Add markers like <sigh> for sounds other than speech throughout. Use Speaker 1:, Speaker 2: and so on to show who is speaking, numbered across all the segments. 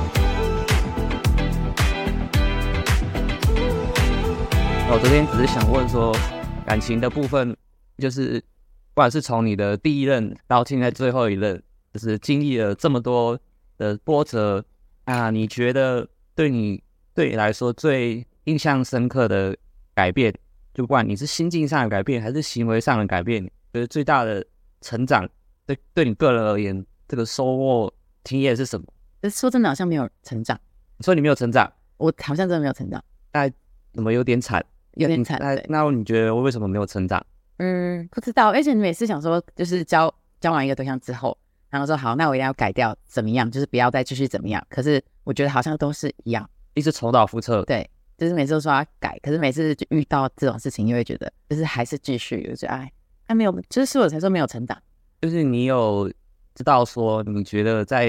Speaker 1: 我哦昨天只是想问说，感情的部分，就是不管是从你的第一任到现在最后一任，就是经历了这么多的波折啊，你觉得对你对你来说最印象深刻的改变，就不管你是心境上的改变还是行为上的改变，就是最大的成长，对对你个人而言，这个收获体验是什么？
Speaker 2: 呃说真的，好像没有成长，
Speaker 1: 你说你没有成长，
Speaker 2: 我好像真的没有成长，
Speaker 1: 怎么有点惨？
Speaker 2: 有点惨。
Speaker 1: 那
Speaker 2: 对
Speaker 1: 那你觉得我为什么没有成长？
Speaker 2: 嗯，不知道。而且你每次想说，就是交交往一个对象之后，然后说好，那我一定要改掉，怎么样？就是不要再继续怎么样。可是我觉得好像都是一样，
Speaker 1: 一直重蹈覆辙。
Speaker 2: 就是每次都说要改，可是每次就遇到这种事情，又会觉得就是还是继续，我就觉得哎，还没有，就是我才说没有成长。
Speaker 1: 就是你有知道说，你觉得在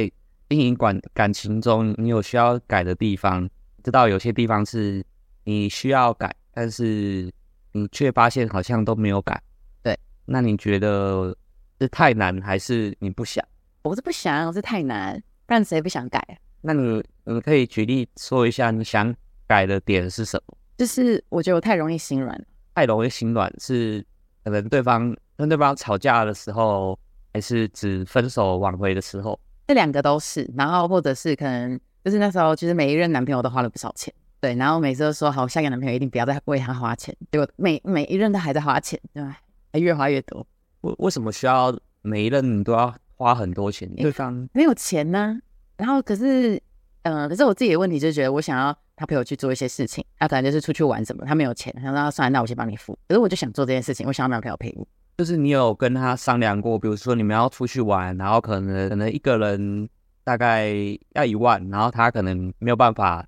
Speaker 1: 经营感感情中，你有需要改的地方，知道有些地方是你需要改，但是你却发现好像都没有改。
Speaker 2: 对，
Speaker 1: 那你觉得是太难，还是你不想？
Speaker 2: 我是不想，我是太难，不然谁不想改啊？
Speaker 1: 那你你可以举例说一下你想改的点是什么？
Speaker 2: 就是我觉得我太容易心软了，
Speaker 1: 太容易心软是可能对方跟对方吵架的时候，还是指分手挽回的时候？
Speaker 2: 这两个都是。然后或者是可能就是那时候，就是每一任男朋友都花了不少钱，对。然后每次都说好，下一个男朋友一定不要再为他花钱，结果每每一任都还在花钱，对吧？还越花越多，
Speaker 1: 为为什么需要每一任你都要花很多钱？
Speaker 2: 诶
Speaker 1: 对方
Speaker 2: 没有钱呢、然后可是，嗯、可是我自己的问题就是觉得我想要他陪我去做一些事情，他可能就是出去玩什么，他没有钱，然后算了，那我先帮你付。可是我就想做这件事情，我想要男朋友陪我。
Speaker 1: 就是你有跟他商量过，比如说你们要出去玩，然后可能可能一个人大概要一万，然后他可能没有办法，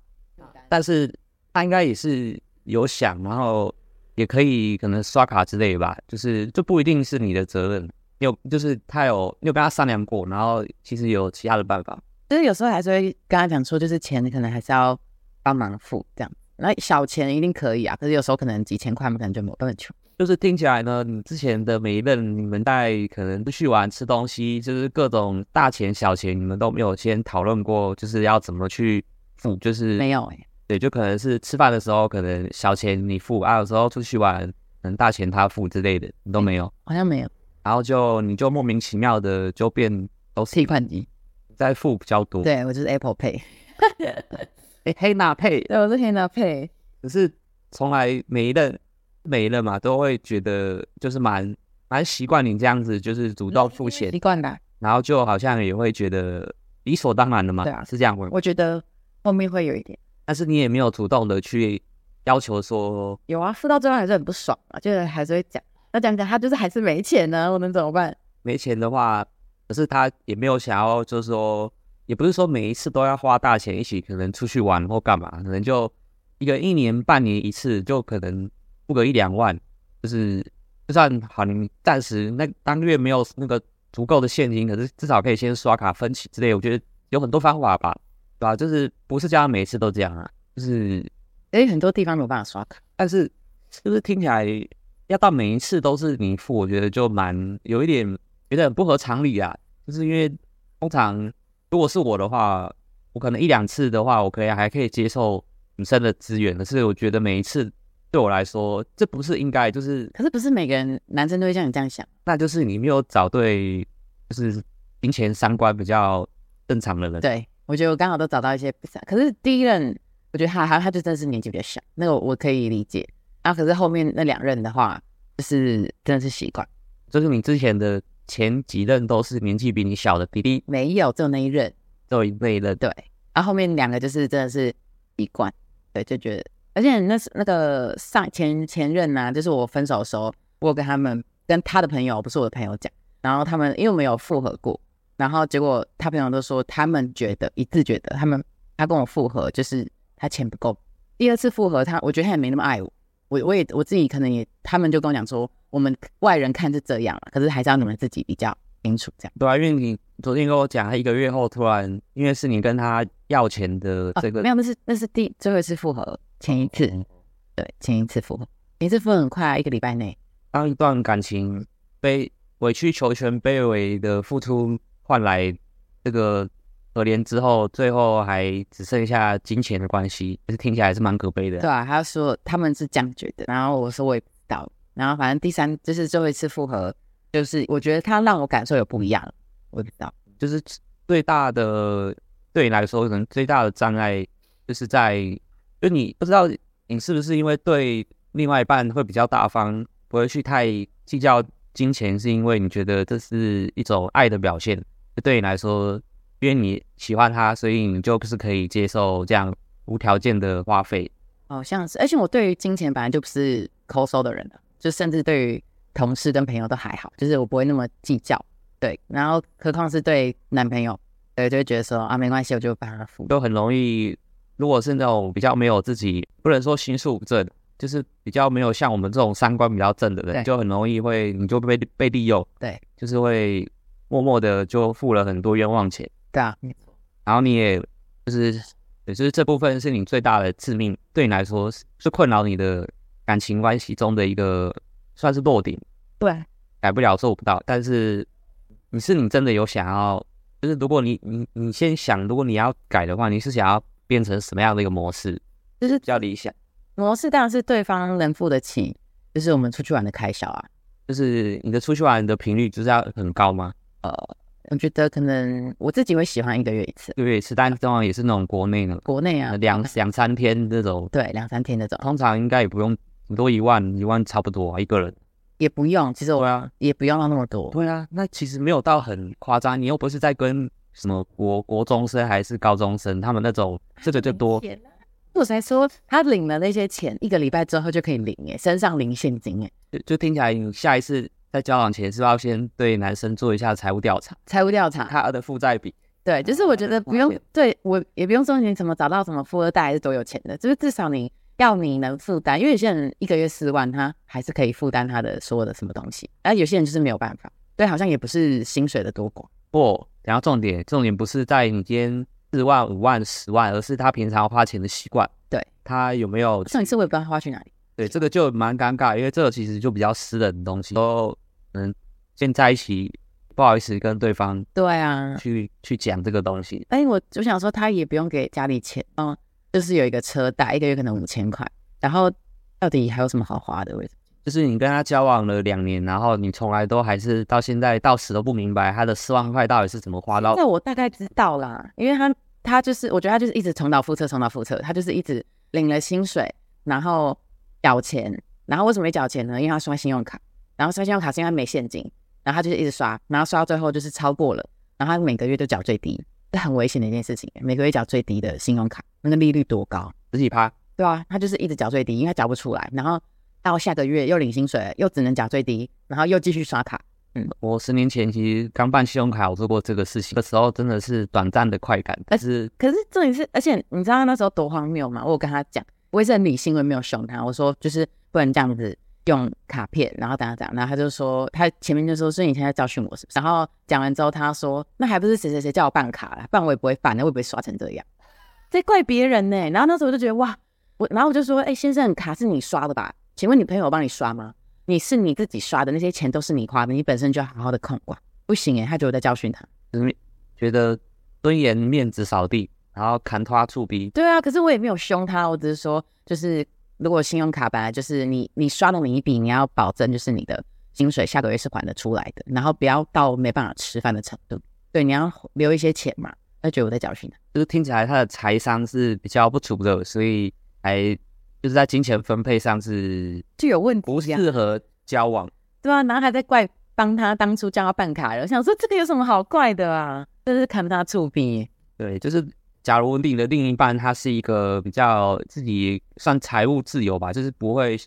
Speaker 1: 但是他应该也是有想，然后也可以可能刷卡之类吧，就是这不一定是你的责任。你有就是他有你有跟他商量过，然后其实有其他的办法。
Speaker 2: 就是有时候还是会跟他讲说，就是钱可能还是要帮忙付这样。然后小钱一定可以啊，可是有时候可能几千块，我们可能就没有办法穷。
Speaker 1: 就是听起来呢，你之前的每一任你们带可能出去玩、吃东西，就是各种大钱小钱，你们都没有先讨论过，就是要怎么去付，就是
Speaker 2: 没有哎、
Speaker 1: 对，就可能是吃饭的时候，可能小钱你付啊，有时候出去玩，可能大钱他付之类的，你
Speaker 2: 嗯
Speaker 1: 都没有，
Speaker 2: 好像没有
Speaker 1: 然后就你就莫名其妙的就变都是
Speaker 2: 提款机。
Speaker 1: 在付比较多。，
Speaker 2: 对我就是 Apple Pay，
Speaker 1: 哎，黑娜配，
Speaker 2: <laughs> 对我是 Apple Pay。
Speaker 1: 可是从来每一任每一任嘛，都会觉得就是蛮蛮习惯你这样子，就是主动付钱
Speaker 2: 习。惯啦。
Speaker 1: 然后就好像也会觉得理所当然的嘛，
Speaker 2: 对啊
Speaker 1: 是这样问。
Speaker 2: 我觉得后面会有一点
Speaker 1: 但是你也没有主动的去要求说，
Speaker 2: 有啊，付到最后还是很不爽啊，就是还是会讲，那讲讲他就是还是没钱呢、我能怎么办？
Speaker 1: 没钱的话，可是他也没有想要，就是说，也不是说每一次都要花大钱一起，可能出去玩或干嘛，可能就一个一年半年一次，就可能付个一两万，就是就算好，你暂时那当月没有那个足够的现金，可是至少可以先刷卡分期之类，我觉得有很多方法吧，对吧、就是不是叫他每一次都这样啊，就是。
Speaker 2: 因为很多地方没有办法刷卡，
Speaker 1: 但是是不是听起来要到每一次都是你付，我觉得就蛮有一点觉得很不合常理啊。就是因为通常如果是我的话，我可能一两次的话，我可以还可以接受女生的资源，可是我觉得每一次对我来说，这不是应该就是
Speaker 2: 可是不是每个人男生都会像你这样想，
Speaker 1: 那就是你没有找对，就是金钱三观比较正常的人。
Speaker 2: 对我觉得我刚好都找到一些不想，可是第一任我觉得他他他就真的是年纪比较小，那个我可以理解，啊，可是后面那两任的话，就是真的是习惯，
Speaker 1: 就是你之前的前几任都是年纪比你小的弟弟，
Speaker 2: 没有只有那一任，
Speaker 1: 都有那一任。
Speaker 2: 对，然后后面两个就是真的是习惯，对，就觉得，而且那是那个上前前任啊，就是我分手的时候，我有跟他们跟他的朋友，不是我的朋友讲，然后他们因为我们有复合过，然后结果他朋友都说他们觉得一致觉得他们他跟我复合就是他钱不够，第二次复合他我觉得他也没那么爱我，我我也我自己可能也他们就跟我讲说我们外人看是这样啊，可是还是要你们自己比较清楚这样。
Speaker 1: 对啊，因为你昨天跟我讲，他一个月后突然，因为是你跟他要钱的
Speaker 2: 啊
Speaker 1: 这个，嗯
Speaker 2: 没有，那是那是第最后一次复合，前一次，对，前一次复合，前一次复合很快、啊，一个礼拜内，
Speaker 1: 当一段感情被委曲求全、卑微的付出换来这个和联之后，最后还只剩下金钱的关系，就是听起来还是蛮可悲的。
Speaker 2: 对啊，他说他们是这样觉得，然后我说我也不知道，然后反正第三就是最后一次复合，就是我觉得他让我感受有不一样，我也不知道，
Speaker 1: 就是最大的对你来说，可能最大的障碍就是在，就你不知道你是不是因为对另外一半会比较大方，不会去太计较金钱，是因为你觉得这是一种爱的表现。就对你来说，因为你喜欢他，所以你就不是可以接受这样无条件的花费。
Speaker 2: 好像是，而且我对于金钱本来就不是抠搜的人了，就甚至对于同事跟朋友都还好，就是我不会那么计较，对，然后何况是对男朋友，对，就会觉得说啊没关系，我就帮他付，
Speaker 1: 都很容易，如果是那种比较没有自己，不能说心术不正，就是比较没有像我们这种三观比较正的
Speaker 2: 对
Speaker 1: 人，就很容易会你就被被利用，
Speaker 2: 对，
Speaker 1: 就是会默默的就付了很多冤枉钱，
Speaker 2: 对啊，
Speaker 1: 然后你也就是也就是这部分是你最大的致命，对你来说是是困扰你的感情关系中的一个算是弱点，
Speaker 2: 对，
Speaker 1: 改不了做不到，但是你是你真的有想要。就是如果你你你先想，如果你要改的话，你是想要变成什么样的一个模式？
Speaker 2: 就是
Speaker 1: 比较理想，
Speaker 2: 模式当然是对方能付得起，就是我们出去玩的开销啊。
Speaker 1: 就是你的出去玩的频率就是要很高吗？
Speaker 2: 我觉得可能我自己会喜欢一个月一次，
Speaker 1: 一个月一次，但通常也是那种国内的，
Speaker 2: 国内啊
Speaker 1: 呃，两两三天这种，
Speaker 2: 对两三天那种，
Speaker 1: 通常应该也不用很多一万一万差不多啊，一个人。
Speaker 2: 也不用，其实我
Speaker 1: 啊，
Speaker 2: 也不用到那么多，
Speaker 1: 对啊，那其实没有到很夸张，你又不是在跟什么国国中生还是高中生，他们那种这个就多，
Speaker 2: 我才说他领了那些钱，一个礼拜之后就可以领耶，身上零现金哎，
Speaker 1: 就就听起来你下一次在交往前是不是要先对男生做一下财务调查，
Speaker 2: 财务调查，
Speaker 1: 看他的负债比，
Speaker 2: 对，就是我觉得不
Speaker 1: 啊
Speaker 2: 用，对我也不用说你怎么找到什么富二代还是多有钱的，就是至少你要你能负担，因为有些人一个月四万，他还是可以负担他的所有的什么东西，而有些人就是没有办法，对，好像也不是薪水的多寡，
Speaker 1: 不，然后重点重点不是在你今天四万、五万、十万，而是他平常花钱的习惯。
Speaker 2: 对，
Speaker 1: 他有没有？
Speaker 2: 上一次我也不知道他花去哪里。
Speaker 1: 对，这个就蛮尴尬，因为这个其实就比较私人的东西。都嗯，先在一起，不好意思跟对方
Speaker 2: 对啊，
Speaker 1: 去去讲这个东西。
Speaker 2: 哎，我我想说，他也不用给家里钱，嗯，就是有一个车贷，一个月可能五千块，然后到底还有什么好花的？为什么？
Speaker 1: 就是你跟他交往了两年，然后你从来都还是到现在到死都不明白他的四万块到底是怎么花到。
Speaker 2: 那我大概知道啦，因为他他就是，我觉得他就是一直重蹈覆辙，重蹈覆辙，他就是一直领了薪水，然后缴钱，然后为什么没缴钱呢？因为他刷信用卡，然后刷信用卡是因为他没现金，然后他就是一直刷，然后刷到最后就是超过了，然后他每个月就缴最低，这很危险的一件事情，欸每个月缴最低的信用卡，那个利率多高？
Speaker 1: 十几趴，
Speaker 2: 对啊，他就是一直缴最低，因为他缴不出来，然后到下个月又领薪水了，又只能缴最低，然后又继续刷卡。
Speaker 1: 我十年前其实刚办信用卡，我做过这个事情，那时候真的是短暂的快感，但是
Speaker 2: 可是重点是，而且你知道他那时候多荒谬吗？我有跟他讲，我也是很理性，我也没有凶他，我说就是不能这样子用卡片，然后怎样怎样，然后他就说他前面就说，所以你现在教训我是不是？然后讲完之后，他说那还不是谁谁谁叫我办卡啦，不然我也不会办，我也不会刷成这样，这怪别人呢、然后那时候我就觉得哇，我然后我就说，哎、先生，卡是你刷的吧？请问你朋友有帮你刷吗？你是你自己刷的，那些钱都是你花的，你本身就要好好的控管。不行哎、他觉得我在教训他。
Speaker 1: 觉得尊严面子扫地，然后砍花触鼻，
Speaker 2: 对啊，可是我也没有凶他，我只是说，就是如果信用卡本来就是你你刷了你一笔，你要保证就是你的薪水下个月是还得出来的，然后不要到没办法吃饭的程度。对，你要留一些钱嘛。他觉得我在教训他，
Speaker 1: 就是听起来他的财商是比较不足的，所以还就是在金钱分配上是
Speaker 2: 就有问
Speaker 1: 不
Speaker 2: 题呀、
Speaker 1: 适合交往。
Speaker 2: 对啊，然后还在怪帮他当初叫他办卡了，我想说这个有什么好怪的啊？真是看他触鼻。
Speaker 1: 对，就是假如你的另一半他是一个比较自己算财务自由吧，就是不会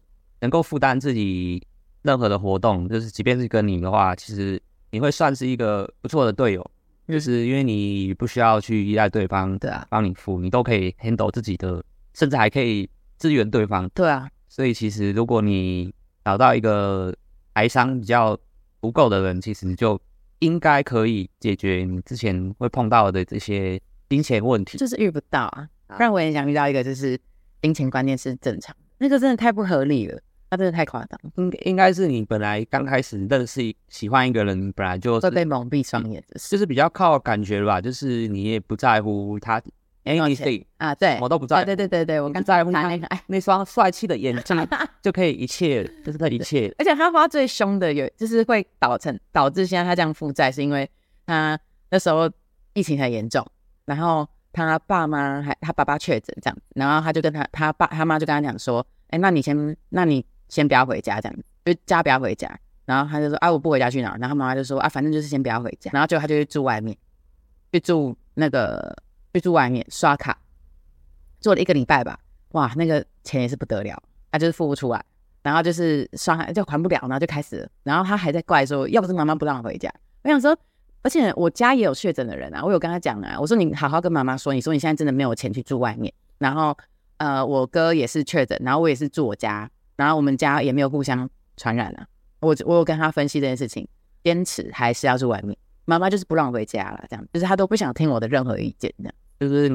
Speaker 1: 能够负担自己任何的活动，就是即便是跟你的话，其实你会算是一个不错的队友，就是因为你不需要去依赖对方
Speaker 2: 对啊，
Speaker 1: 帮你付，你都可以 handle 自己的，甚至还可以支援对方。
Speaker 2: 对啊，
Speaker 1: 所以其实如果你找到一个财商比较足够的人，其实你就应该可以解决你之前会碰到的这些金钱问题。
Speaker 2: 就是遇不到啊。不然我也想遇到一个，就是金钱观念是正常，那个真的太不合理了。那真的太夸张，
Speaker 1: 应应该是你本来刚开始认识一喜欢一个人，本来就
Speaker 2: 会
Speaker 1: 是
Speaker 2: 被蒙蔽双眼，就是
Speaker 1: 就是比较靠感觉吧，就是你也不在乎他
Speaker 2: 有
Speaker 1: anything，
Speaker 2: 啊，对，
Speaker 1: 我都不在嗯
Speaker 2: 啊，
Speaker 1: 乎。
Speaker 2: 对对对对，我
Speaker 1: 不
Speaker 2: 刚
Speaker 1: 在乎
Speaker 2: 谈
Speaker 1: 他
Speaker 2: 那个，哎，
Speaker 1: 那双帅气的眼
Speaker 2: <laughs>
Speaker 1: 睛就可以一切，就是那一切。
Speaker 2: 而且他花最凶的有，就是会导成导致现在他这样负债，是因为他那时候疫情很严重，然后他爸妈还他爸爸确诊这样，然后他就跟他他爸他妈就跟他讲说，哎、那你先那你先不要回家这样，就家不要回家。然后他就说啊，我不回家去哪儿？然后他妈妈就说啊，反正就是先不要回家。然后结果他就去住外面，去住那个去住外面刷卡，做了一个礼拜吧。哇，那个钱也是不得了，他就是付不出来。然后就是刷就还不了，然后就开始了，然后他还在怪说，要不是妈妈不让我回家，我想说，而且我家也有确诊的人啊，我有跟他讲啊，我说你好好跟妈妈说，你说你现在真的没有钱去住外面，然后呃，我哥也是确诊，然后我也是住我家，然后我们家也没有互相传染啊，我我有跟他分析这件事情，坚持还是要住外面，妈妈就是不让我回家了，这样就是他都不想听我的任何意见，这样
Speaker 1: 就是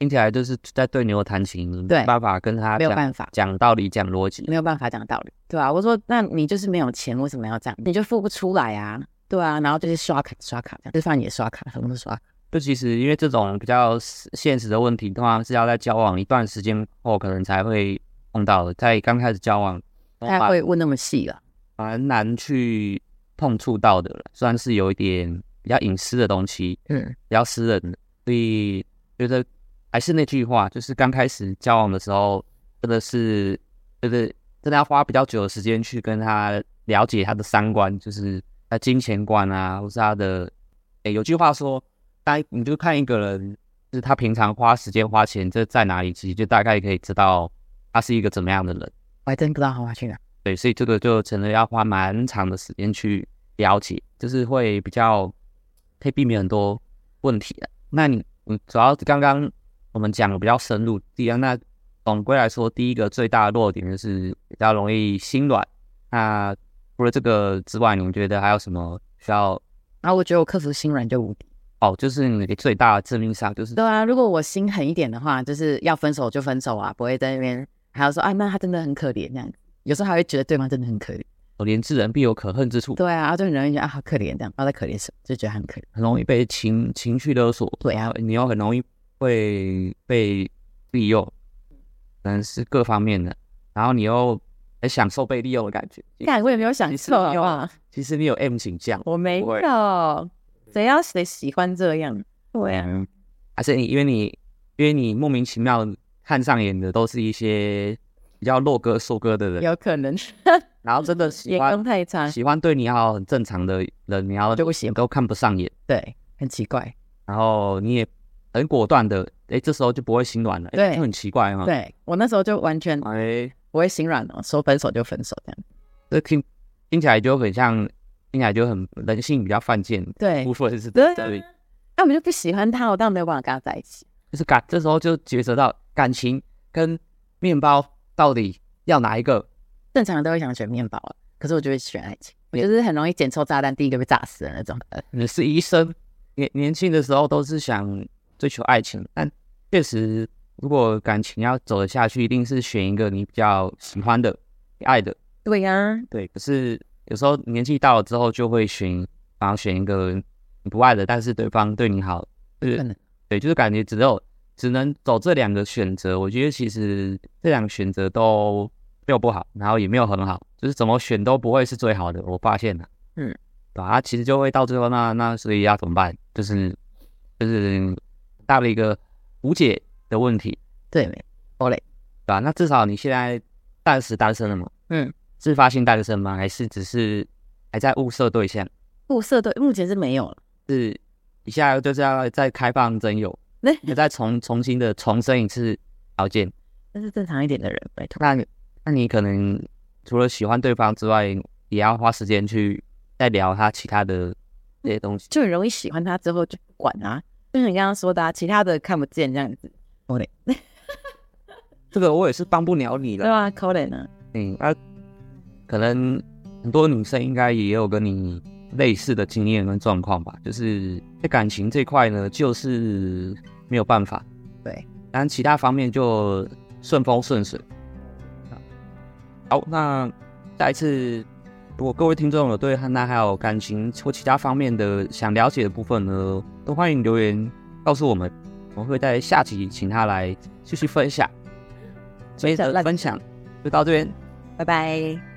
Speaker 1: 听起来就是在对牛弹琴，
Speaker 2: 对
Speaker 1: 没办法跟他
Speaker 2: 没有
Speaker 1: 讲
Speaker 2: 办法。
Speaker 1: 讲道理、讲逻辑。
Speaker 2: 没有办法讲道理，对啊，我说，那你就是没有钱，为什么要这样？你就付不出来啊，对啊，然后就是刷卡刷卡，这样吃饭也刷卡，什么都刷卡。
Speaker 1: 就其实因为这种比较现实的问题，通常是要在交往一段时间后可能才会碰到的，在刚开始交往，
Speaker 2: 他会问那么细了，
Speaker 1: 蛮难去碰触到的了，算是有一点比较隐私的东西，
Speaker 2: 嗯，
Speaker 1: 比较私人的，所以觉得还是那句话，就是刚开始交往的时候，真的是就是真的要花比较久的时间去跟他了解他的三观，就是他金钱观啊，或是他的，诶，有句话说，大你就看一个人，就是他平常花时间花钱这在哪里，其实就大概可以知道他是一个怎么样的人。
Speaker 2: 我还真不知道他花去哪。
Speaker 1: 对，所以这个就真的要花蛮长的时间去了解，就是会比较可以避免很多问题的。那你，嗯，主要刚刚我们讲的比较深入，第二，那总归来说，第一个最大的弱点就是比较容易心软。那除了这个之外，你们觉得还有什么需要？
Speaker 2: 然后我觉得我克服心软就无敌。
Speaker 1: 哦，就是你的最大的致命伤就是
Speaker 2: 对啊，如果我心狠一点的话，就是要分手就分手啊，不会在那边还要说啊，那他真的很可怜这样子。有时候还会觉得对方真的很可怜。
Speaker 1: 哦连之人必有可恨之处，
Speaker 2: 对啊，然后就很容易觉得啊，好可怜这样，然后在可怜什么，就觉得他很可怜。
Speaker 1: 很容易被情情绪勒索。
Speaker 2: 对啊，
Speaker 1: 你又很容易会被利用，可能是各方面的，然后你又很享受被利用的感觉。
Speaker 2: 看我也没有享受
Speaker 1: 没有
Speaker 2: 啊，
Speaker 1: 其实你有 M 倾向，
Speaker 2: 我没
Speaker 1: 不会
Speaker 2: 有，谁要谁喜欢这样？对啊。
Speaker 1: 还是你因为你因为你莫名其妙看上眼的都是一些比较弱哥瘦哥的人，
Speaker 2: 有可能
Speaker 1: 然后真的喜
Speaker 2: 眼
Speaker 1: 欢
Speaker 2: 光太差，
Speaker 1: 喜欢对你好很正常的人，你要
Speaker 2: 就不行。
Speaker 1: 都看不上眼，
Speaker 2: 对，很奇怪。
Speaker 1: 然后你也很果断的，哎，这时候就不会心软了，诶
Speaker 2: 对
Speaker 1: 就很奇怪哈。，
Speaker 2: 对我那时候就完全
Speaker 1: 哎，
Speaker 2: 不会心软哦，说分手就分手这样。
Speaker 1: 这听听起来就很像，听起来就很人性比较犯贱，
Speaker 2: 对
Speaker 1: 部，分是
Speaker 2: 对啊
Speaker 1: 对，
Speaker 2: 那我们就不喜欢他，我当然没有办法跟他在一起。
Speaker 1: 就是感这时候就抉择到感情跟面包到底要哪一个？
Speaker 2: 正常人都会想选面包啊，可是我就会选爱情。我就是很容易捡错炸弹，第一个被炸死的那种。
Speaker 1: 你是医生，年年轻的时候都是想追求爱情，但确实如果感情要走得下去，一定是选一个你比较喜欢的、你爱的。
Speaker 2: 对呀、
Speaker 1: 对，可是有时候年纪到了之后，就会选，反而选一个你不爱的，但是对方对你好，就是
Speaker 2: 可能
Speaker 1: 对，就是感觉只有只能走这两个选择。我觉得其实这两个选择都没有不好，然后也没有很好，就是怎么选都不会是最好的。我发现了，
Speaker 2: 嗯，
Speaker 1: 对啊，其实就会到最后那那所以要怎么办？就是就是大了一个无解的问题，
Speaker 2: 对没？
Speaker 1: 对吧、那至少你现在暂时单身了嘛？
Speaker 2: 嗯，
Speaker 1: 自发性单身吗？还是只是还在物色对象？
Speaker 2: 物色对，目前是没有了。
Speaker 1: 是一下就是要再开放真友，
Speaker 2: 那
Speaker 1: 要再重重新的重申一次条件？
Speaker 2: 那是正常一点的人，拜托。
Speaker 1: 那你那你可能除了喜欢对方之外，也要花时间去再聊他其他的这些东西。
Speaker 2: 就很容易喜欢他之后就不管啊，就是你刚刚说的、啊，其他的看不见这样子。
Speaker 1: 这个我也是帮不了你
Speaker 2: 对
Speaker 1: 了。
Speaker 2: 啊，可怜啊。
Speaker 1: 嗯，那、可能很多女生应该也有跟你类似的经验跟状况吧，就是在感情这块呢，就是没有办法。
Speaker 2: 对，
Speaker 1: 但其他方面就顺风顺水。啊好，那下一次如果各位听众有对汉娜还有感情或其他方面的想了解的部分呢，都欢迎留言告诉我们，我们会在下集请他来继续分享。所以
Speaker 2: 分享
Speaker 1: 的分享就到这边。
Speaker 2: 拜拜。